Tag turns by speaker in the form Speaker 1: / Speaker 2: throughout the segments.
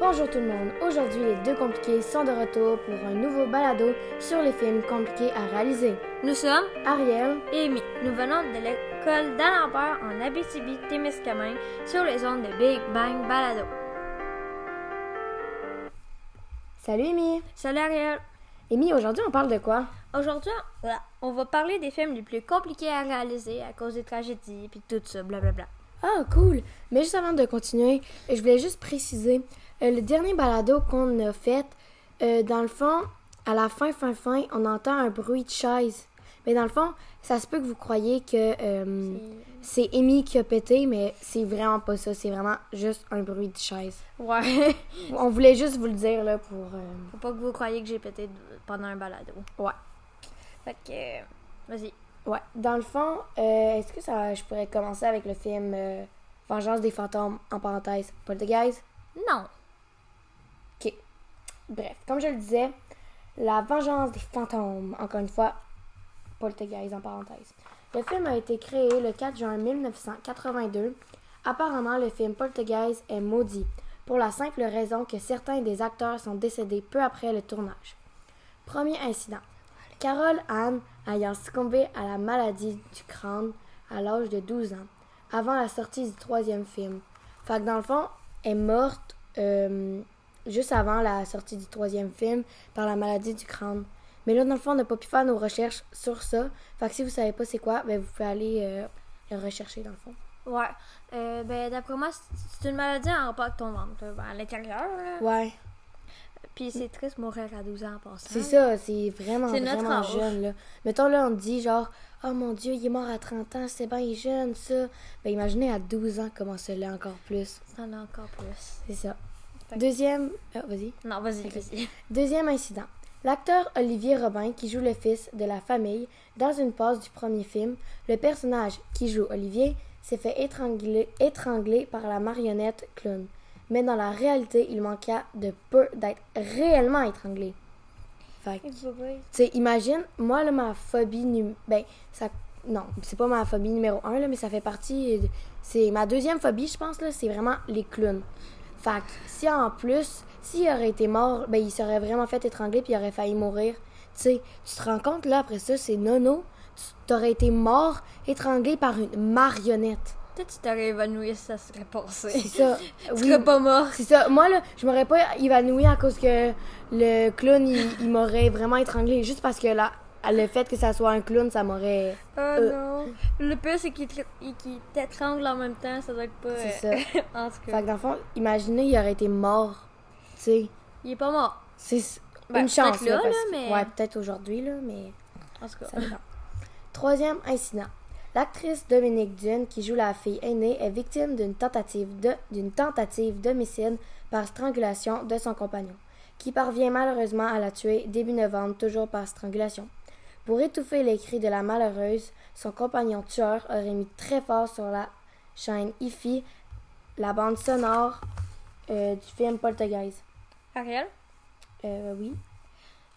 Speaker 1: Bonjour tout le monde, aujourd'hui les deux compliqués sont de retour pour un nouveau balado sur les films compliqués à réaliser.
Speaker 2: Nous sommes
Speaker 1: Ariel,
Speaker 2: Amy. Nous venons de l'école d'Alembert en Abitibi-Témiscamingue sur les ondes de Big Bang Balado.
Speaker 1: salut Amy.
Speaker 2: Salut Ariel.
Speaker 1: Amy, aujourd'hui on parle de quoi
Speaker 2: Aujourd'hui, voilà, on va parler des films les plus compliqués à réaliser à cause des tragédies puis tout ça, blablabla.
Speaker 1: Ah, cool! Mais juste avant de continuer, je voulais juste préciser, euh, le dernier balado qu'on a fait, euh, dans le fond, à la fin, fin, fin, on entend un bruit de chaise. Mais dans le fond, ça se peut que vous croyez que euh, c'est Amy qui a pété, mais c'est vraiment pas ça. C'est vraiment juste un bruit de chaise.
Speaker 2: Ouais.
Speaker 1: On voulait juste vous le dire, là, pour... euh,
Speaker 2: Faut pas que vous croyiez que j'ai pété de- pendant un balado.
Speaker 1: ouais.
Speaker 2: Fait que, euh, vas-y.
Speaker 1: Ouais. Dans le fond, euh, est-ce que ça, je pourrais commencer avec le film euh, Vengeance des fantômes, en parenthèse, Poltergeist?
Speaker 2: Non.
Speaker 1: Ok. Bref, comme je le disais, La vengeance des fantômes, encore une fois, poltergeist en parenthèse. Le film a été créé le 4 juin 1982. Apparemment, le film Poltergeist est maudit, pour la simple raison que certains des acteurs sont décédés peu après le tournage. Premier incident. Carole Anne ayant succombé à la maladie du crâne à l'âge de 12 ans, avant la sortie du troisième film. Fait que dans le fond, est morte euh, juste avant la sortie du troisième film par la maladie du crâne. Mais là, dans le fond, on n'a pas pu faire nos recherches sur ça. Fait que si vous savez pas c'est quoi, ben vous pouvez aller euh, le rechercher dans le fond.
Speaker 2: Ouais. Euh, ben, d'après moi, c'est- c'est une maladie en rapport avec ton ventre, là, ben, à l'intérieur. là.
Speaker 1: Ouais.
Speaker 2: Puis c'est triste mourir à 12 ans en passant.
Speaker 1: C'est ça, c'est vraiment,
Speaker 2: Ah. C'est notre
Speaker 1: vraiment
Speaker 2: âge.
Speaker 1: jeune. Là. Mettons là, on dit genre, oh mon Dieu, il est mort à 30 ans, c'est bien jeune ça. Ben imaginez à 12 ans comment ça l'est encore plus.
Speaker 2: T'en as encore plus.
Speaker 1: C'est ça.
Speaker 2: Fait que-
Speaker 1: Deuxième. Ah, vas-y.
Speaker 2: Non, vas-y, vas-y.
Speaker 1: Deuxième incident. L'acteur Olivier Robin, qui joue le fils de la famille, dans une pause du premier film, le personnage qui joue Olivier s'est fait étrangler, étrangler par la marionnette clown. Mais dans la réalité, il manqua de peu d'être réellement étranglé. Fait que, tu sais, imagine, moi, là, ma phobie num- Ben, ça. Non, c'est pas ma phobie numéro un, là, mais ça fait partie. de- C'est ma deuxième phobie, je pense, là, c'est vraiment les clowns. Fait que si en plus, s'il aurait été mort, ben il serait vraiment fait étrangler puis il aurait failli mourir. Tu sais, tu te rends compte là après ça, c'est nono. Tu t'aurais été mort étranglé par une marionnette.
Speaker 2: Peut-être que tu t'aurais évanoui si ça serait passé.
Speaker 1: C'est ça.
Speaker 2: Tu
Speaker 1: oui.
Speaker 2: serais pas mort.
Speaker 1: C'est ça. Moi là, je m'aurais pas évanoui à cause que le clown il, il m'aurait vraiment étranglé juste parce que là le fait que ça soit un clown, ça m'aurait
Speaker 2: Oh non. Le pire, c'est qu'il te- il- qu'il t'étrangle en même temps. Ça doit être pas.
Speaker 1: c'est
Speaker 2: euh,
Speaker 1: ça.
Speaker 2: en tout cas,
Speaker 1: Fait que dans le fond, imaginez il aurait été mort. Tu sais,
Speaker 2: il est pas mort.
Speaker 1: c'est
Speaker 2: Ben,
Speaker 1: une chance
Speaker 2: peut-être là,
Speaker 1: parce-
Speaker 2: là, mais-
Speaker 1: ouais, peut-être aujourd'hui là, mais
Speaker 2: En tout cas.
Speaker 1: Ça dépend. Troisième incident. L'actrice Dominique Dune, qui joue la fille aînée, est victime d'une tentative de- d'une tentative d'homicide par strangulation de son compagnon, qui parvient malheureusement à la tuer début novembre, toujours par strangulation. Pour étouffer les cris de la malheureuse, son compagnon tueur aurait mis très fort sur la chaîne IFI la bande sonore euh, du film Poltergeist.
Speaker 2: Ariel?
Speaker 1: Euh, oui.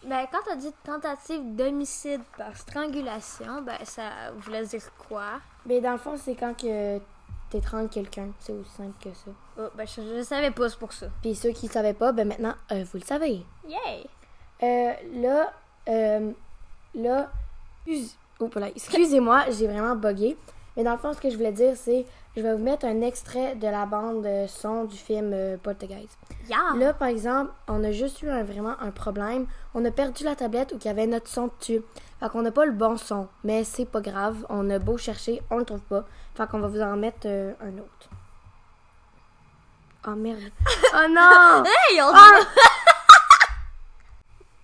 Speaker 2: Ben, quand t'as dit tentative d'homicide par strangulation, ben, ça voulait dire quoi?
Speaker 1: Mais dans le fond, c'est quand que t'étrangles quelqu'un. C'est aussi simple que ça.
Speaker 2: Oh, ben, je, je savais pas, c'est pour ça.
Speaker 1: Puis ceux qui ne savaient pas, ben maintenant, euh, vous le savez.
Speaker 2: Yay!
Speaker 1: Euh, là, euh, là, excuse- oh, voilà, excusez-moi, j'ai vraiment bugué. Mais dans le fond, ce que je voulais dire, c'est je vais vous mettre un extrait de la bande euh, son du film euh, Poltergeist.
Speaker 2: Yeah!
Speaker 1: Là, par exemple, on a juste eu un- vraiment un problème. On a perdu la tablette où il y avait notre son dessus. Fait qu'on n'a pas le bon son. Mais c'est pas grave. On a beau chercher, on le trouve pas. Fait qu'on va vous en mettre euh, un autre. Oh merde. oh non!
Speaker 2: Hey, on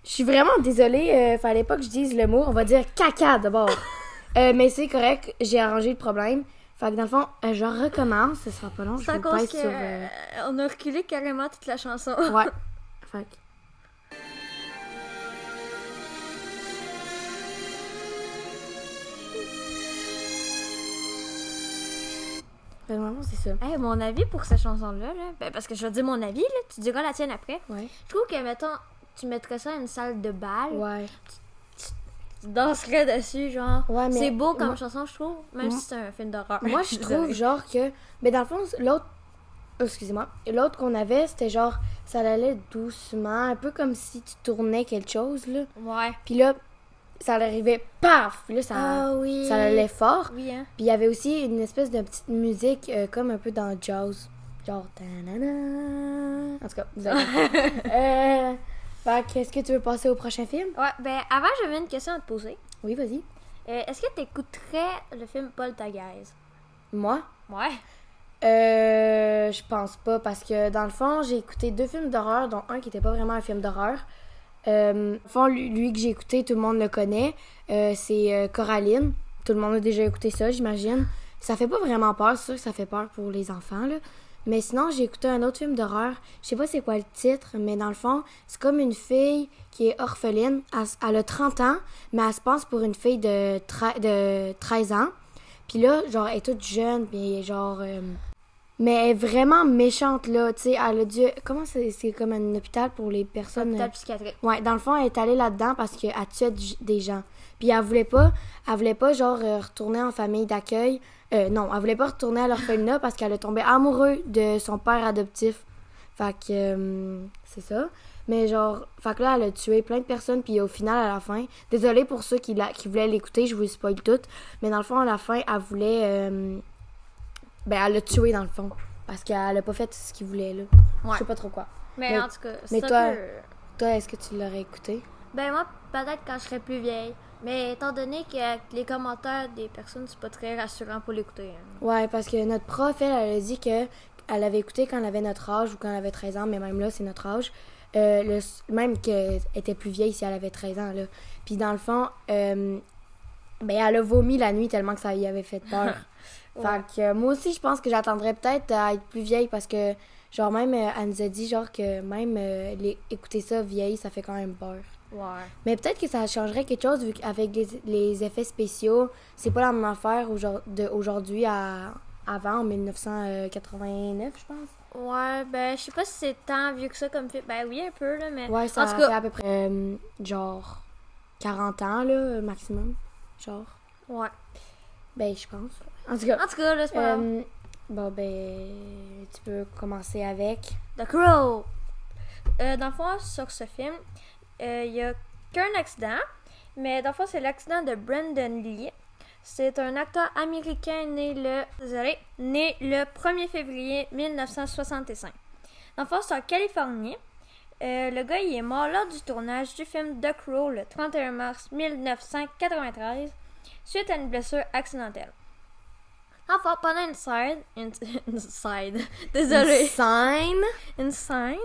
Speaker 1: Je suis vraiment désolée, euh, fallait pas que je dise le mot, on va dire caca d'abord. Euh, mais c'est correct, j'ai arrangé le problème. Fait que dans le fond, euh, je recommence, ce sera pas long, je
Speaker 2: C'est à
Speaker 1: vous
Speaker 2: cause
Speaker 1: pèse
Speaker 2: que
Speaker 1: sur... euh,
Speaker 2: euh, on a reculé carrément toute la chanson.
Speaker 1: Ouais, fait que- Fait que Vraiment, c'est ça.
Speaker 2: Hey, mon avis pour cette chanson-là, là, ben, parce que je vais te dire mon avis, là, tu diras la tienne après.
Speaker 1: Ouais.
Speaker 2: Je trouve que, mettons, tu mettrais ça à une salle de bal,
Speaker 1: Ouais.
Speaker 2: tu danserais dessus, genre.
Speaker 1: Ouais, mais
Speaker 2: c'est beau comme
Speaker 1: moi-
Speaker 2: chanson, je trouve, même
Speaker 1: moi-
Speaker 2: si c'est un film d'horreur.
Speaker 1: Moi, je trouve
Speaker 2: Désolée.
Speaker 1: genre que. Mais dans le fond, l'autre. Oh, excusez-moi. Et L'autre qu'on avait, c'était genre, ça allait doucement, un peu comme si tu tournais quelque chose, là.
Speaker 2: Ouais.
Speaker 1: Puis là, ça arrivait, paf! Puis là, ça,
Speaker 2: Ah oui.
Speaker 1: ça allait fort.
Speaker 2: Oui, hein.
Speaker 1: Puis il y avait aussi une espèce de petite musique euh, comme un peu dans Jaws. Genre. tanana. En tout cas, vous avez. euh, fait que, est-ce que tu veux passer au prochain film?
Speaker 2: Ouais, ben avant, j'avais une question à te poser.
Speaker 1: Oui, vas-y.
Speaker 2: Euh, Est-ce que t'écouterais le film Poltergeist?
Speaker 1: Moi?
Speaker 2: Ouais.
Speaker 1: Euh, je pense pas parce que dans le fond, j'ai écouté deux films d'horreur, dont un qui était pas vraiment un film d'horreur. Euh, au fond, lui, lui que j'ai écouté, tout le monde le connaît. euh, c'est euh, Coraline. Tout le monde a déjà écouté ça, j'imagine. Ça fait pas vraiment peur, c'est sûr que ça fait peur pour les enfants, là. Mais sinon, j'ai écouté un autre film d'horreur. Je sais pas c'est quoi le titre, mais dans le fond, c'est comme une fille qui est orpheline. Elle, s- elle a 30 ans, mais elle se pense pour une fille de, tre- de 13 ans. Puis là, genre, elle est toute jeune, puis elle est genre... euh, mais elle est vraiment méchante, là, tu sais, elle a dû... Comment c'est, c'est comme un hôpital pour les personnes...
Speaker 2: Hôpital psychiatrique.
Speaker 1: Ouais, dans le fond, elle est allée là-dedans parce qu'elle tuait du- des gens. Puis elle voulait pas, elle voulait pas genre euh, retourner en famille d'accueil. Euh, non, elle voulait pas retourner à l'orphelinat parce qu'elle est tombée amoureuse de son père adoptif. Fait que euh, c'est ça. Mais genre, fait que là, elle a tué plein de personnes, puis au final, à la fin, désolée pour ceux qui, la- qui voulaient l'écouter, je vous spoil tout, mais dans le fond, à la fin, elle voulait. euh, ben, elle l'a tué dans le fond, parce qu'elle a pas fait ce qu'il voulait, là.
Speaker 2: Ouais.
Speaker 1: Je sais pas trop quoi.
Speaker 2: Mais,
Speaker 1: Mais-
Speaker 2: en tout cas,
Speaker 1: mais
Speaker 2: c'est
Speaker 1: toi-
Speaker 2: un peu...
Speaker 1: Toi, est-ce que tu l'aurais écouté?
Speaker 2: Ben moi, peut-être quand je serai plus vieille. Mais étant donné que les commentaires des personnes, c'est pas très rassurant pour l'écouter. hein.
Speaker 1: Ouais, parce que notre prof, elle, elle a dit que elle avait écouté quand elle avait notre âge ou quand elle avait 13 ans, mais même là, c'est notre âge. Euh, le, même qu'elle était plus vieille si elle avait 13 ans, là. Puis dans le fond, euh, ben, elle a vomi la nuit tellement que ça y avait fait peur.
Speaker 2: Ouais.
Speaker 1: Fait que euh, moi aussi, je pense que j'attendrais peut-être à être plus vieille parce que, genre, même, euh, elle nous a dit, genre, que même euh, les- écouter ça vieille, ça fait quand même peur.
Speaker 2: Ouais.
Speaker 1: Mais peut-être que ça changerait quelque chose vu qu'avec les, les effets spéciaux, c'est pas la même affaire aujourd- de- aujourd'hui à avant, en 1989, je pense.
Speaker 2: Ouais, ben je sais pas si c'est tant vieux que ça comme film. Ben oui, un peu, là, mais...
Speaker 1: Ouais, ça
Speaker 2: en tout
Speaker 1: fait
Speaker 2: cas,
Speaker 1: à peu près euh, genre 40 ans, là, maximum. Genre.
Speaker 2: ouais.
Speaker 1: Ben, je pense. En tout cas.
Speaker 2: En tout cas, là, c'est pas... grave.
Speaker 1: euh, bon, ben, tu peux commencer avec.
Speaker 2: The Crow! Euh, dans le fond, sur ce film, euh, il y a qu'un accident, mais dans le fond, c'est l'accident de Brandon Lee. C'est un acteur américain né le... Désolé. Né le 1er février 1965. Dans le fond, c'est en Californie. Euh, le gars, il est mort lors du tournage du film The Crow le 31 mars 1993 suite à une blessure accidentelle. Enfin, pendant une scène... Une, une scène... Désolé.
Speaker 1: Une scène.
Speaker 2: Une scène.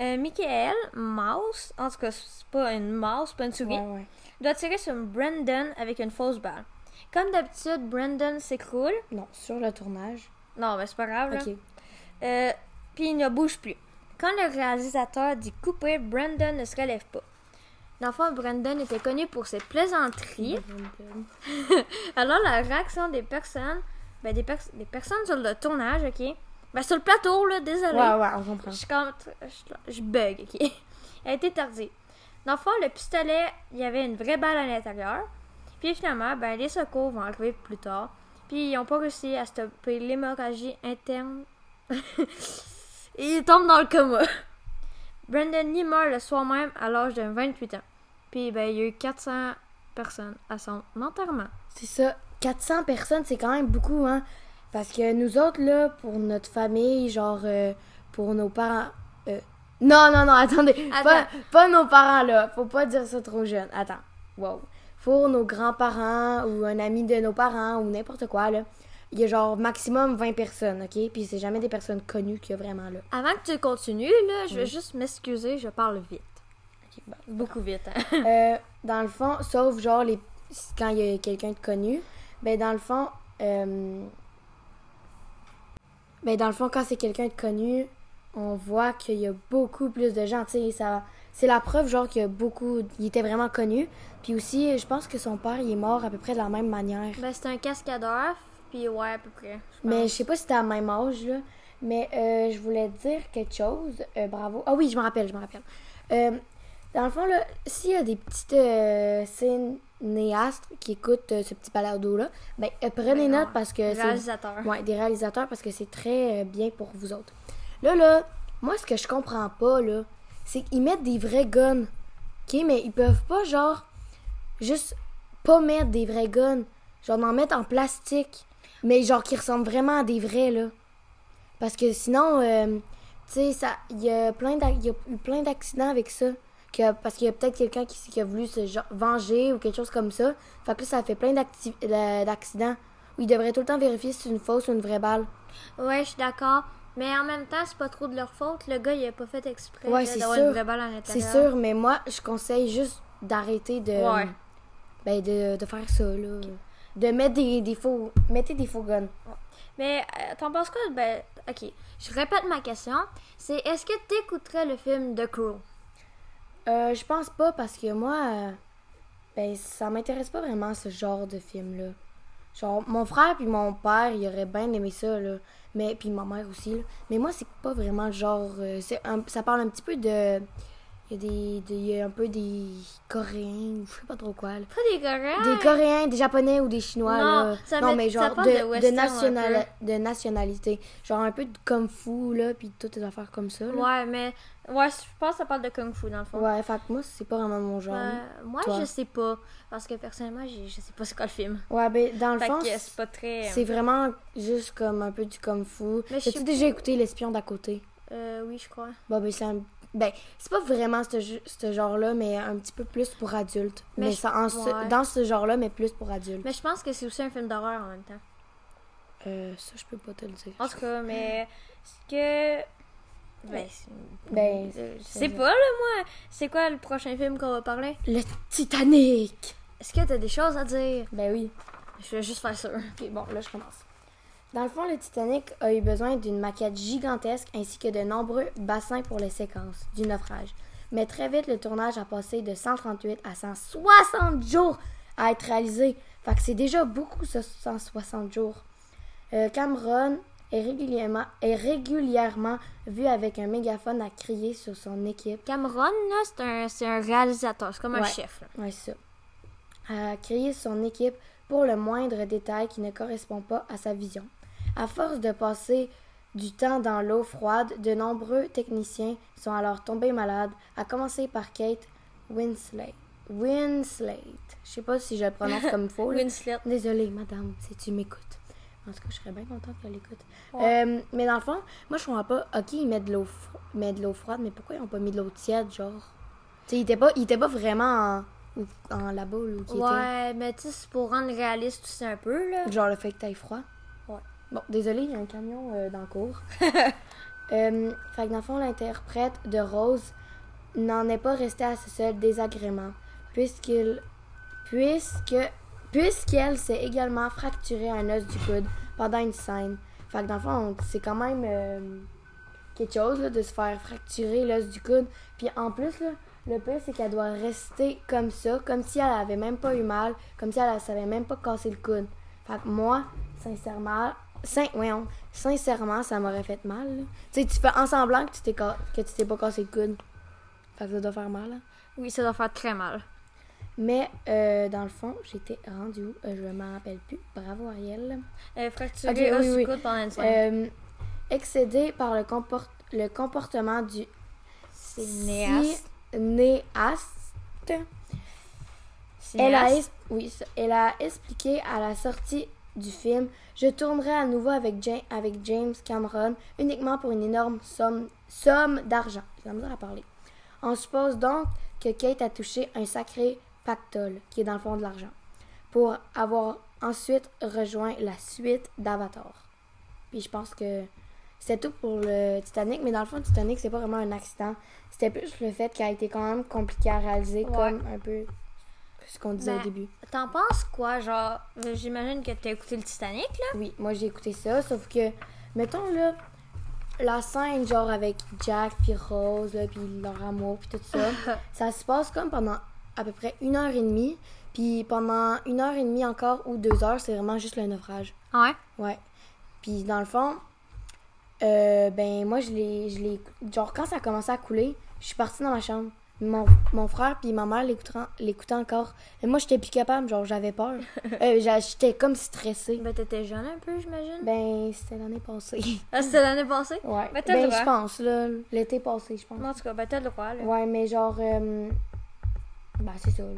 Speaker 2: Euh, Michael, mouse, en tout cas, c'est pas une mouse, pas une souris,
Speaker 1: Ouais, ouais.
Speaker 2: doit tirer sur Brandon avec une fausse balle. Comme d'habitude, Brandon s'écroule.
Speaker 1: Non, sur le tournage.
Speaker 2: Non, mais c'est pas grave. là.
Speaker 1: Ok.
Speaker 2: Euh, Puis il ne bouge plus. Quand le réalisateur dit couper, Brandon ne se relève pas. L'enfant Brandon était connu pour ses plaisanteries. Alors la réaction des personnes, ben des, pers- des personnes sur le tournage, ok, ben sur le plateau là,
Speaker 1: Ouais,
Speaker 2: désolé.
Speaker 1: ouais, on comprend.
Speaker 2: Je, compte, je, je bug, ok? Elle a été tardive. Dans le fond, le pistolet, il y avait une vraie balle à l'intérieur. Puis finalement, ben, les secours vont arriver plus tard. Puis ils n'ont pas réussi à stopper l'hémorragie interne. Et ils tombent dans le coma. Brandon Lee meurt le soir même à l'âge de 28 ans. Puis ben, il y a eu 400 personnes à son enterrement.
Speaker 1: C'est ça. 400 personnes, c'est quand même beaucoup, hein? Parce que nous autres, là, pour notre famille, genre, euh, pour nos parents... euh, Non, non, non, attendez.
Speaker 2: Attends.
Speaker 1: Pas, pas nos parents, là. Faut pas dire ça trop jeune. Attends. Wow. Pour nos grands-parents ou un ami de nos parents ou n'importe quoi, là, il y a genre maximum 20 personnes, OK? Puis c'est jamais des personnes connues qu'il y a vraiment, là.
Speaker 2: Avant que tu continues, là, je vais juste m'excuser, je parle vite.
Speaker 1: OK, bon.
Speaker 2: Beaucoup vite, hein?
Speaker 1: Euh, dans le fond, sauf genre les quand il y a quelqu'un de connu, ben dans le fond, euh, ben dans le fond quand c'est quelqu'un de connu, on voit qu'il y a beaucoup plus de gens. Tu sais, ça, c'est la preuve genre qu'il y a beaucoup, il était vraiment connu. Puis aussi, je pense que son père il est mort à peu près de la même manière.
Speaker 2: Ben, c'est un cascadeur, puis ouais, à peu près. je
Speaker 1: Mais
Speaker 2: pense.
Speaker 1: je sais pas si t'es à même âge, là. Mais euh, je voulais te dire quelque chose. Euh, bravo. Ah oui, je me rappelle, je me rappelle. Euh, dans le fond, là, s'il y a des petites euh, scènes néastres qui écoutent euh, ce petit balado-là, ben, euh,
Speaker 2: Ben
Speaker 1: prenez
Speaker 2: non,
Speaker 1: note parce que c'est
Speaker 2: Réalisateur.
Speaker 1: Ouais, des réalisateurs parce que c'est très euh, bien pour vous autres. Là, là, moi, ce que je comprends pas, là, c'est qu'ils mettent des vrais guns. OK, mais ils peuvent pas, genre, juste pas mettre des vrais guns. Genre, en mettre en plastique. Mais genre, qui ressemblent vraiment à des vrais, là. Parce que sinon, euh, tu sais, ça- il y a plein d'ac- il y a eu plein d'accidents avec ça. Que, parce qu'il y a peut-être quelqu'un qui, s- qui a voulu se genre, venger ou quelque chose comme ça. Fait que là, ça fait plein d'acti- d'a- d'accidents. Où il devrait tout le temps vérifier si c'est une fausse ou une vraie balle.
Speaker 2: Ouais, je suis d'accord. Mais en même temps, c'est pas trop de leur faute. Le gars, il a pas fait exprès
Speaker 1: Ouais,
Speaker 2: là,
Speaker 1: c'est
Speaker 2: d'avoir
Speaker 1: sûr.
Speaker 2: une vraie balle à
Speaker 1: C'est
Speaker 2: l'intérieur.
Speaker 1: sûr, mais moi, je conseille juste d'arrêter de,
Speaker 2: Ouais.
Speaker 1: ben, de, de faire ça, là. De mettre des, des faux... Mettez des faux guns.
Speaker 2: Mais euh, t'en penses quoi? Ben, ok. Je répète ma question. C'est est-ce que t'écouterais le film The Crow?
Speaker 1: Euh, je pense pas, parce que moi, euh, ben, ça m'intéresse pas vraiment, ce genre de film-là. Genre, mon frère puis mon père, ils auraient bien aimé ça, là. Mais, puis ma mère aussi, là. Mais moi, c'est pas vraiment le genre... euh, c'est un- ça parle un petit peu de... Il y a des, des- il y a un peu des Coréens, ou je sais pas trop quoi, là.
Speaker 2: Pas des Coréens?
Speaker 1: Des Coréens, des Japonais ou des Chinois.
Speaker 2: Ah! Non,
Speaker 1: là.
Speaker 2: ça
Speaker 1: non
Speaker 2: met-
Speaker 1: mais
Speaker 2: ça
Speaker 1: genre
Speaker 2: parle
Speaker 1: de,
Speaker 2: de western
Speaker 1: de
Speaker 2: un
Speaker 1: nationali- de nationalité. Genre un peu de kung fu, là, puis toutes les affaires comme ça. là.
Speaker 2: Ouais, mais. Ouais, je pense que ça parle de Kung Fu dans le fond.
Speaker 1: Ouais, fait que moi, c'est pas vraiment mon genre.
Speaker 2: Euh, moi,
Speaker 1: Toi?
Speaker 2: je sais pas. Parce que personnellement, j'ai- je sais pas c'est quoi le film.
Speaker 1: Ouais, ben, dans le
Speaker 2: Fait
Speaker 1: fond,
Speaker 2: que c'est pas très.
Speaker 1: c'est vraiment juste comme un peu du kung fu.
Speaker 2: Mais
Speaker 1: As-tu
Speaker 2: je sais
Speaker 1: déjà écouté L'espion d'à côté?
Speaker 2: Euh, oui, je crois.
Speaker 1: Bah, ben, c'est un- Ben, c'est pas vraiment ce, ju- ce genre-là, mais un petit peu plus pour adultes. Mais,
Speaker 2: Mais je-
Speaker 1: ça, en ce-
Speaker 2: ouais.
Speaker 1: dans ce genre-là, mais plus pour adultes.
Speaker 2: Mais je pense que c'est aussi un film d'horreur en même temps.
Speaker 1: Euh, ça, je peux pas te le dire.
Speaker 2: En tout cas, mais. Est-ce que. Ben, c'est-
Speaker 1: Ben,
Speaker 2: je sais pas, là, moi. C'est quoi le prochain film qu'on va parler?
Speaker 1: Le Titanic!
Speaker 2: Est-ce que t'as des choses à dire?
Speaker 1: Ben oui.
Speaker 2: Je vais juste faire ça.
Speaker 1: Ok, bon, là, je commence. Dans le fond, le Titanic a eu besoin d'une maquette gigantesque ainsi que de nombreux bassins pour les séquences du naufrage. Mais très vite, le tournage a passé de 138 à 160 jours à être réalisé. Fait que c'est déjà beaucoup, ce 160 jours. Euh, Cameron est régulièrement, est régulièrement vu avec un mégaphone à crier sur son équipe.
Speaker 2: Cameron, là, c'est un, c'est un réalisateur. C'est comme un
Speaker 1: Ouais.
Speaker 2: chef, là.
Speaker 1: Ouais, c'est ça. À créer son équipe pour le moindre détail qui ne correspond pas à sa vision. À force de passer du temps dans l'eau froide, de nombreux techniciens sont alors tombés malades, à commencer par Kate Winslet. Winslet. Je sais pas si je le prononce comme il faut. là.
Speaker 2: Winslet.
Speaker 1: Désolée, madame, si tu m'écoutes. En tout cas, je serais bien contente qu'elle écoute.
Speaker 2: Ouais.
Speaker 1: Euh, mais dans le fond, moi, je comprends pas. OK, ils mettent de l'eau fro- mais de l'eau froide, mais pourquoi ils ont pas mis de l'eau tiède, genre? Tu sais, ils étaient pas, ils étaient pas vraiment en, ou- en la boule ou qui
Speaker 2: Ouais, mais tu sais, c'est pour rendre réaliste tout ça un peu, là.
Speaker 1: était. Genre le fait que t'ailles froid.
Speaker 2: Ouais.
Speaker 1: Bon, désolée, il y a un camion euh, dans le cours. Euh, fait que dans le fond, l'interprète de Rose n'en est pas resté à ce seul désagrément, puisqu'il, puisque, puisqu'elle s'est également fracturé un os du coude pendant une scène. Fait que dans le fond, on- c'est quand même euh, quelque chose là, de se faire fracturer l'os du coude. Puis en plus, là, le pire, c'est qu'elle doit rester comme ça, comme si elle avait même pas eu mal, comme si elle ne savait même pas casser le coude. Fait que moi, sincèrement, sin- voyons, sincèrement, ça m'aurait fait mal. là. Tu sais, tu fais en semblant que tu t'es ca- que tu t'es pas cassé le coude. Fait que ça doit faire mal. hein.
Speaker 2: Oui, ça doit faire très mal.
Speaker 1: Mais euh, dans le fond, j'étais rendue où Euh, Je m'en rappelle plus. Bravo Ariel.
Speaker 2: Euh, fracturé
Speaker 1: Ok,
Speaker 2: os
Speaker 1: oui,
Speaker 2: du
Speaker 1: oui.
Speaker 2: coude pendant une semaine.
Speaker 1: Euh, excédée par le, comport- le comportement du
Speaker 2: c'est néaste.
Speaker 1: si- néaste,
Speaker 2: C'est
Speaker 1: Elle a,
Speaker 2: néaste.
Speaker 1: es- oui, ça. elle a expliqué à la sortie du film Je tournerai à nouveau avec, Ja- avec James Cameron uniquement pour une énorme somme, somme d'argent. J'ai de la misère à parler. On suppose donc que Kate a touché un sacré pactole qui est dans le fond de l'argent pour avoir ensuite rejoint la suite d'Avatar. Puis je pense que c'est tout pour le Titanic, mais dans le fond, le Titanic, c'est pas vraiment un accident. C'était plus le fait qu'il a été quand même compliqué à réaliser,
Speaker 2: Ouais.
Speaker 1: comme un peu ce qu'on disait
Speaker 2: Ben,
Speaker 1: au début.
Speaker 2: T'en penses quoi, genre? euh, J'imagine que t'as écouté le Titanic, là.
Speaker 1: Oui, moi j'ai écouté ça, sauf que, mettons là, la scène genre avec Jack puis Rose, là, puis leur amour, puis tout
Speaker 2: Ah.
Speaker 1: ça, ça se passe comme pendant à peu près une heure et demie, puis pendant une heure et demie encore ou deux heures, c'est vraiment juste le naufrage.
Speaker 2: Ouais.
Speaker 1: Ouais. Puis dans le fond, euh, ben moi je l'ai, je l'ai, genre quand ça a commencé à couler, je suis partie dans ma chambre. Mon, mon frère puis ma mère l'écoutaient l'écoutaient encore. Mais moi, j'étais plus capable, genre, j'avais peur. Euh, j'a- j'étais comme stressée.
Speaker 2: Ben, t'étais jeune un peu, j'imagine.
Speaker 1: Ben, c'était l'année passée.
Speaker 2: Ah, c'était l'année passée?
Speaker 1: Ouais.
Speaker 2: Ben,
Speaker 1: Ben,
Speaker 2: t'as le droit.
Speaker 1: je pense, là. L'été passé, je pense.
Speaker 2: En tout cas, ben, t'as le droit, là.
Speaker 1: Ouais, mais genre. euh, Ben, c'est ça, là.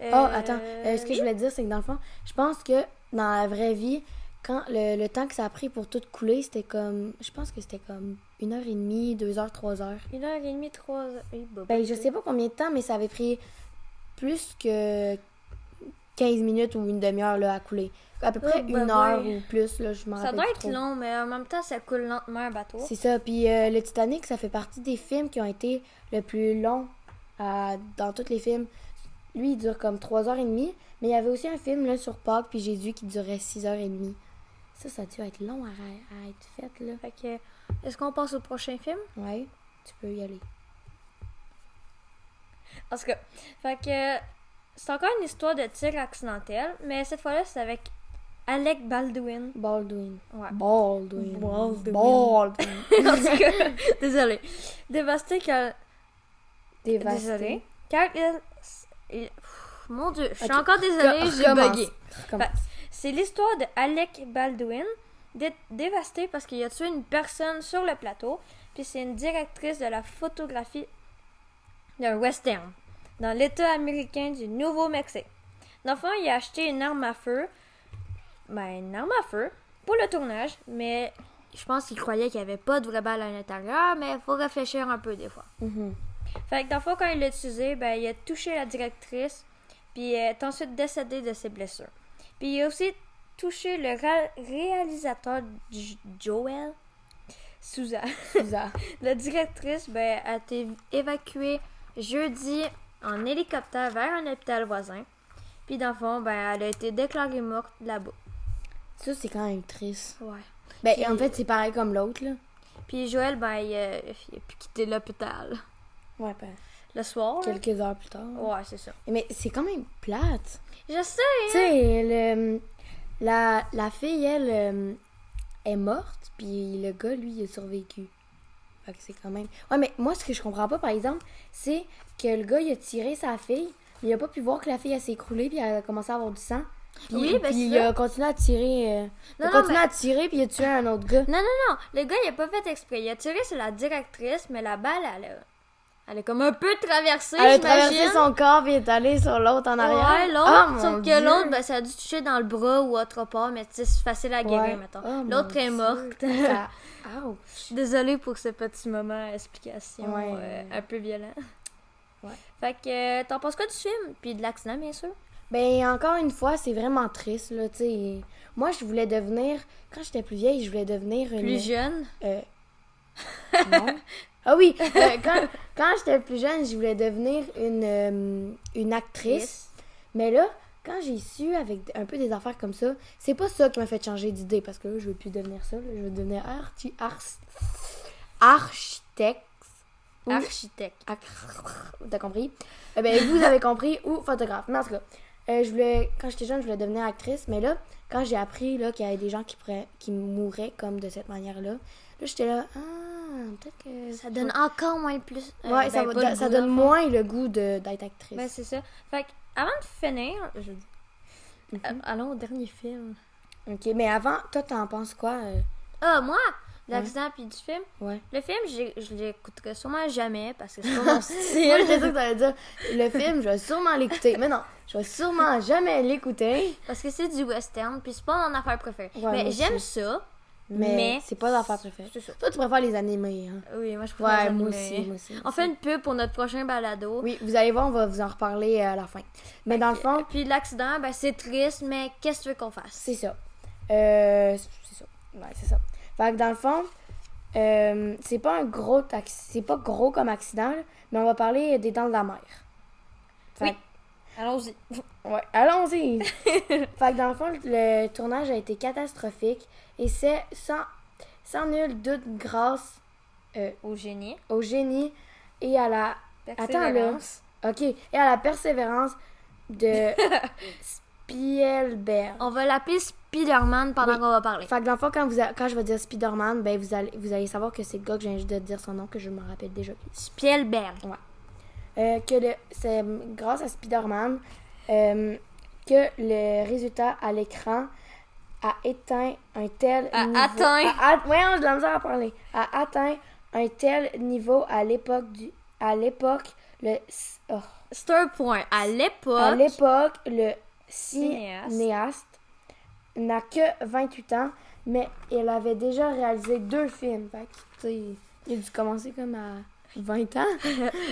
Speaker 2: Euh,
Speaker 1: Ah, attends. Euh, ce que
Speaker 2: oui.
Speaker 1: je voulais dire, c'est que dans le fond, je pense que dans la vraie vie, quand le, le temps que ça a pris pour tout couler, c'était comme. Je pense que c'était comme une heure et demie, deux heures, trois heures.
Speaker 2: Une heure et demie, trois heures. Eh, bah, bah,
Speaker 1: Ben, je sais pas combien de temps, mais ça avait pris plus que 15 minutes ou une demi-heure là, à couler. À peu près
Speaker 2: Oh,
Speaker 1: une
Speaker 2: ben
Speaker 1: heure
Speaker 2: ouais.
Speaker 1: ou plus, là, je m'en
Speaker 2: Ça
Speaker 1: rappelle
Speaker 2: doit
Speaker 1: plus
Speaker 2: être
Speaker 1: trop.
Speaker 2: long, mais en même temps, ça coule lentement un bateau.
Speaker 1: C'est ça. Puis euh, le Titanic, ça fait partie des films qui ont été le plus long à- dans tous les films. Lui, il dure comme 3h30, mais il y avait aussi un film là, sur Pâques puis Jésus qui durait 6h30. Ça, ça a dû être long à, à être fait, là.
Speaker 2: Fait que, est-ce qu'on passe au prochain film?
Speaker 1: Ouais, tu peux y aller.
Speaker 2: En tout cas, fait que, c'est encore une histoire de tir accidentel, mais cette fois-là, c'est avec Alec Baldwin.
Speaker 1: Baldwin.
Speaker 2: Ouais.
Speaker 1: Baldwin.
Speaker 2: Baldwin.
Speaker 1: Baldwin.
Speaker 2: en tout cas, désolé. Dévasté car...
Speaker 1: Dévasté.
Speaker 2: Désolé. Car il... il- Pff, Mon dieu, je suis
Speaker 1: Ok,
Speaker 2: encore désolée,
Speaker 1: co-
Speaker 2: j'ai
Speaker 1: recommence.
Speaker 2: bugué.
Speaker 1: Recommence.
Speaker 2: C'est l'histoire de Alec Baldwin, dé- dévasté parce qu'il a tué une personne sur le plateau, puis c'est une directrice de la photographie d'un western dans l'État américain du Nouveau-Mexique. L'enfant, il a acheté une arme à feu, ben une arme à feu, pour le tournage, mais je pense qu'il croyait qu'il n'y avait pas de vraie balle à l'intérieur, mais il faut réfléchir un peu des fois.
Speaker 1: Mhm.
Speaker 2: Fait que dans le fond, quand il l'a utilisé, ben, il a touché la directrice, puis elle est ensuite décédée de ses blessures. Puis il a aussi touché le ra- réalisateur J- Joel Souza.
Speaker 1: Bizarre.
Speaker 2: la directrice ben, a été évacuée jeudi en hélicoptère vers un hôpital voisin. Puis dans le fond, ben, elle a été déclarée morte là-bas.
Speaker 1: Ça, c'est quand même triste.
Speaker 2: Ouais.
Speaker 1: Ben,
Speaker 2: Puis-
Speaker 1: en fait, c'est pareil comme l'autre, là.
Speaker 2: Puis Joël, ben, il a, il a pu quitter l'hôpital
Speaker 1: Ouais, ben,
Speaker 2: le soir. là.
Speaker 1: quelques heures plus tard.
Speaker 2: Ouais, c'est ça.
Speaker 1: Mais c'est quand même plate.
Speaker 2: Je sais!
Speaker 1: Tu sais, le- la, la fille, elle, euh, est morte, puis le gars, lui, il a survécu. Fait que c'est quand même... Ouais, mais moi, ce que je comprends pas, par exemple, c'est que le gars, il a tiré sa fille, il a pas pu voir que la fille, elle s'est écroulée, puis elle a commencé à avoir du sang. Puis,
Speaker 2: Oui, ben,
Speaker 1: puis
Speaker 2: c'est
Speaker 1: il
Speaker 2: ça.
Speaker 1: a continué à tirer... euh, il
Speaker 2: Non,
Speaker 1: a
Speaker 2: non,
Speaker 1: continué à tirer, puis il a tué un autre gars.
Speaker 2: Non, non, non. Le gars, il a pas fait exprès. Il a tiré sur la directrice, mais la balle, elle a, elle a comme un peu traversé,
Speaker 1: Elle a
Speaker 2: j'imagine.
Speaker 1: traversé son corps, puis est allée sur l'autre en arrière.
Speaker 2: Ouais,
Speaker 1: Ah,
Speaker 2: l'autre.
Speaker 1: mon
Speaker 2: sauf
Speaker 1: Dieu.
Speaker 2: que l'autre, ben, ça a dû toucher dans le bras ou autre part, mais tu sais, c'est facile à guérir,
Speaker 1: Ouais.
Speaker 2: mettons.
Speaker 1: Ah, mon
Speaker 2: l'autre est
Speaker 1: Dieu.
Speaker 2: morte.
Speaker 1: Ça- Ah, Ouch.
Speaker 2: Désolée pour ce petit moment explication
Speaker 1: Ouais.
Speaker 2: euh, un peu violent.
Speaker 1: Ouais.
Speaker 2: Fait que, euh, t'en penses quoi du film? Puis de l'accident, bien sûr.
Speaker 1: Ben, encore une fois, c'est vraiment triste, là, tu sais. Moi, je voulais devenir... Quand j'étais plus vieille, je voulais devenir une...
Speaker 2: Plus jeune.
Speaker 1: euh, non. Ah oui, euh, quand, quand j'étais plus jeune, je voulais devenir une, euh, une actrice. Mais là, quand j'ai su, avec un peu des affaires comme ça, c'est pas ça qui m'a fait changer d'idée, parce que là, je veux plus devenir ça, là. Je veux devenir archi... ars- architecte. Oui.
Speaker 2: Architecte.
Speaker 1: Ah, T'as compris? Eh ben, vous avez compris, ou photographe. Mais en tout cas, euh, je voulais, quand j'étais jeune, je voulais devenir actrice, mais là, quand j'ai appris là, qu'il y avait des gens qui, prenaient- qui mouraient comme de cette manière-là, là, j'étais là, ah, peut-être que.
Speaker 2: Ça donne encore moins plus. euh,
Speaker 1: Ouais, ça,
Speaker 2: ben,
Speaker 1: va-
Speaker 2: pas le
Speaker 1: ça
Speaker 2: goût,
Speaker 1: donne
Speaker 2: dans le fond.
Speaker 1: moins le goût de- d'être actrice.
Speaker 2: Ben, c'est ça. Fait que, avant de finir, je-
Speaker 1: Mhm.
Speaker 2: a- allons au dernier film.
Speaker 1: ok, mais avant, toi, t'en penses quoi? euh?
Speaker 2: Ah, moi, l'accident puis du film.
Speaker 1: Ouais.
Speaker 2: Le film, j'ai- je l'écouterai sûrement jamais parce que c'est pas mon style.
Speaker 1: Moi, j'étais sûre que t'allais dire, le film, je vais sûrement l'écouter. Mais non, je vais sûrement jamais l'écouter.
Speaker 2: Parce que c'est du western, puis c'est pas mon affaire préférée.
Speaker 1: Ouais, moi
Speaker 2: mais
Speaker 1: aussi.
Speaker 2: j'aime ça.
Speaker 1: Mais,
Speaker 2: Mais-
Speaker 1: c'est pas l'affaire préférée.
Speaker 2: C'est ça.
Speaker 1: Toi, tu préfères les animés, hein?
Speaker 2: Oui, moi je préfère les
Speaker 1: Ouais, moi
Speaker 2: animés.
Speaker 1: aussi, moi aussi. moi
Speaker 2: On
Speaker 1: aussi.
Speaker 2: fait une pub pour notre prochain balado.
Speaker 1: Oui, vous allez voir, on va vous en reparler euh, à la fin. Mais dans le fond,
Speaker 2: Puis l'accident, ben c'est triste, mais qu'est-ce que tu veux qu'on fasse?
Speaker 1: c'est ça. Euh, c'est ça. Ouais, c'est ça. Fait que dans le fond, euh, c'est pas un gros taxi- c'est pas gros comme accident, là, mais on va parler des dents de la mer. Fait
Speaker 2: Oui. Allons-y.
Speaker 1: que- ouais, allons-y. fait que dans le fond, le tournage a été catastrophique et c'est sans, sans nul doute grâce
Speaker 2: Au génie.
Speaker 1: au génie et à la Attends, là.
Speaker 2: Persévérance.
Speaker 1: OK, et à la persévérance de Spielberg.
Speaker 2: On va l'appeler Spider-Man pendant
Speaker 1: Oui.
Speaker 2: qu'on va parler.
Speaker 1: Fait que dans le fond, quand, vous a- quand je vais dire Spider-Man, ben vous allez, vous allez savoir que c'est le gars que j'ai de dire son nom, que je m'en rappelle déjà.
Speaker 2: Spielberg.
Speaker 1: euh, que le- c'est grâce à Spider-Man euh, que le résultat à l'écran a éteint un tel
Speaker 2: A
Speaker 1: niveau.
Speaker 2: atteint.
Speaker 1: a at- voyons, j'ai de la misère à parler. A atteint un tel niveau à l'époque du. À l'époque, le. oh.
Speaker 2: C'est un point. À
Speaker 1: À
Speaker 2: l'époque,
Speaker 1: l'époque, le
Speaker 2: Cinéaste.
Speaker 1: cinéaste n'a que 28 ans, mais il avait déjà réalisé deux films. Fait que, tu sais, il a dû commencer comme à 20 ans.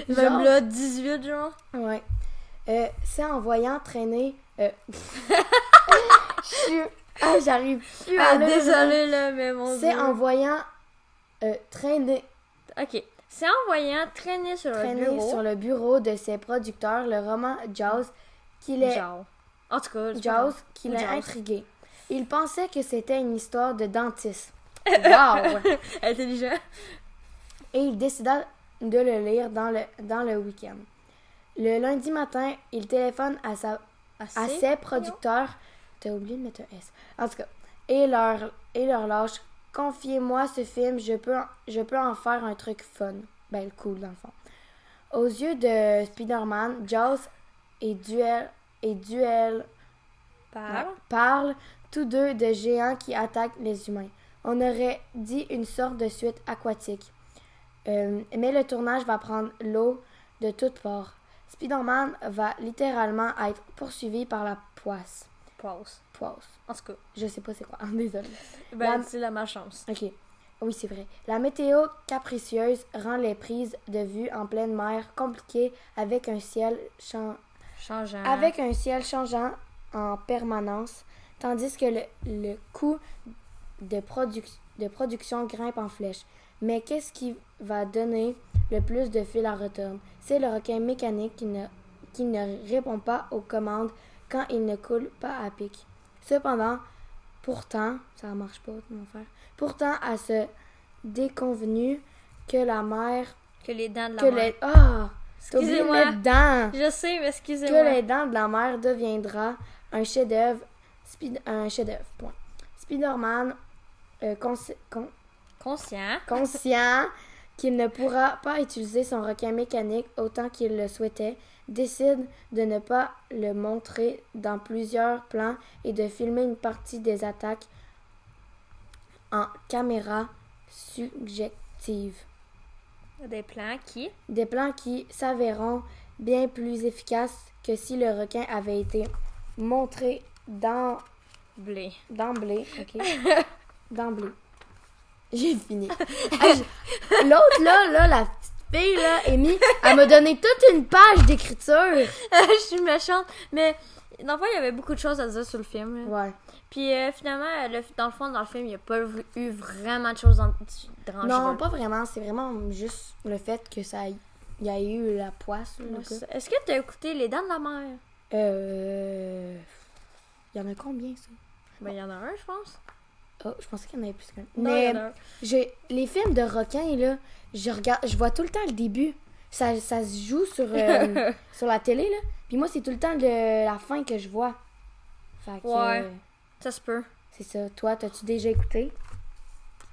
Speaker 2: même
Speaker 1: genre.
Speaker 2: là, 18, genre.
Speaker 1: Ouais. Euh, c'est en voyant traîner. euh, Je suis- Ah, j'arrive plus à
Speaker 2: Ah,
Speaker 1: le-
Speaker 2: désolé, là, mais mon
Speaker 1: C'est
Speaker 2: Dieu.
Speaker 1: en voyant euh, traîner,
Speaker 2: Ok. C'est en voyant traîner sur le
Speaker 1: traîner
Speaker 2: bureau.
Speaker 1: sur le bureau de ses producteurs le roman Jaws qu'il est.
Speaker 2: Genre. En tout cas, c'est
Speaker 1: Jaws
Speaker 2: pas
Speaker 1: qui
Speaker 2: Ou
Speaker 1: l'a
Speaker 2: Jaws.
Speaker 1: intrigué. Il pensait que c'était une histoire de dentiste. Wow!
Speaker 2: grave. Intelligent.
Speaker 1: Et il décida de le lire dans le, dans le week-end. Le lundi matin, il téléphone à, sa, à
Speaker 2: Assez.
Speaker 1: ses producteurs. T'as oublié de mettre un S. En tout cas, et leur, et leur lâche. Confiez-moi ce film, je peux, en- je peux en faire un truc fun. Ben, cool, dans le fond. Aux yeux de Spider-Man, Jaws et Duel, et Duel
Speaker 2: Par.
Speaker 1: Ouais. Parlent tous deux de géants qui attaquent les humains. On aurait dit une sorte de suite aquatique. Euh, mais le tournage va prendre l'eau de toutes parts. Spider-Man va littéralement être poursuivi par la poisse.
Speaker 2: Pause.
Speaker 1: Poisse.
Speaker 2: En tout cas.
Speaker 1: Je sais pas c'est quoi. Ah, Désolée.
Speaker 2: Ben,
Speaker 1: La-
Speaker 2: c'est la malchance.
Speaker 1: Ok. Oui, c'est vrai. La météo capricieuse rend les prises de vue en pleine mer compliquées avec un ciel chan-
Speaker 2: Changeant.
Speaker 1: avec un ciel changeant en permanence, tandis que le, le coût de, produc- de production grimpe en flèche. Mais qu'est-ce qui va donner le plus de fil à retourne? C'est le requin mécanique qui ne, qui ne répond pas aux commandes quand il ne coule pas à pic. Cependant, pourtant, ça marche pas, mon frère, pourtant à ce déconvenu que la mer,
Speaker 2: Que les dents de la
Speaker 1: que
Speaker 2: main.
Speaker 1: les... Ah! T'as oublié de
Speaker 2: Excusez-moi.
Speaker 1: mettre dedans!
Speaker 2: Je sais, mais excusez-moi.
Speaker 1: que les dents de la mer deviendra un chef-d'œuvre. Speed- un chef-d'œuvre. Point. Spider-Man, euh, consci- con-
Speaker 2: Conscient.
Speaker 1: conscient qu'il ne pourra pas utiliser son requin mécanique autant qu'il le souhaitait, décide de ne pas le montrer dans plusieurs plans et de filmer une partie des attaques en caméra subjective.
Speaker 2: Des plans qui.
Speaker 1: Des plans qui s'avéreront bien plus efficaces que si le requin avait été montré dans-
Speaker 2: Blé.
Speaker 1: d'emblée. ok? d'emblée. J'ai fini. Ah, je- L'autre, là, là, la petite fille, là, Amy, elle m'a donné toute une page d'écriture.
Speaker 2: Je suis méchante, mais dans le fond, il y avait beaucoup de choses à dire sur le film. là.
Speaker 1: Ouais.
Speaker 2: Puis euh, finalement, le- dans le fond, dans le film, il n'y a pas v- eu vraiment de choses en- dérangeuses.
Speaker 1: Non, pas vraiment. C'est vraiment juste le fait que ça y il y a eu la poisse. là,
Speaker 2: Ouais,
Speaker 1: quoi.
Speaker 2: c'est- Est-ce que tu as écouté Les Dents de la Mer?
Speaker 1: Euh. Il y en a combien, ça?
Speaker 2: Ben, il y en a un, je pense.
Speaker 1: Oh, je pensais qu'il y en avait plus qu'un.
Speaker 2: Non, il y en a un.
Speaker 1: J'ai- les films de requins là, je regarde, je vois tout le temps le début. Ça, ça se joue sur, euh, sur la télé là. Puis moi c'est tout le temps le- la fin que je vois. Fait que,
Speaker 2: Ouais.
Speaker 1: euh,
Speaker 2: Ça se peut.
Speaker 1: c'est ça. Toi, t'as-tu déjà écouté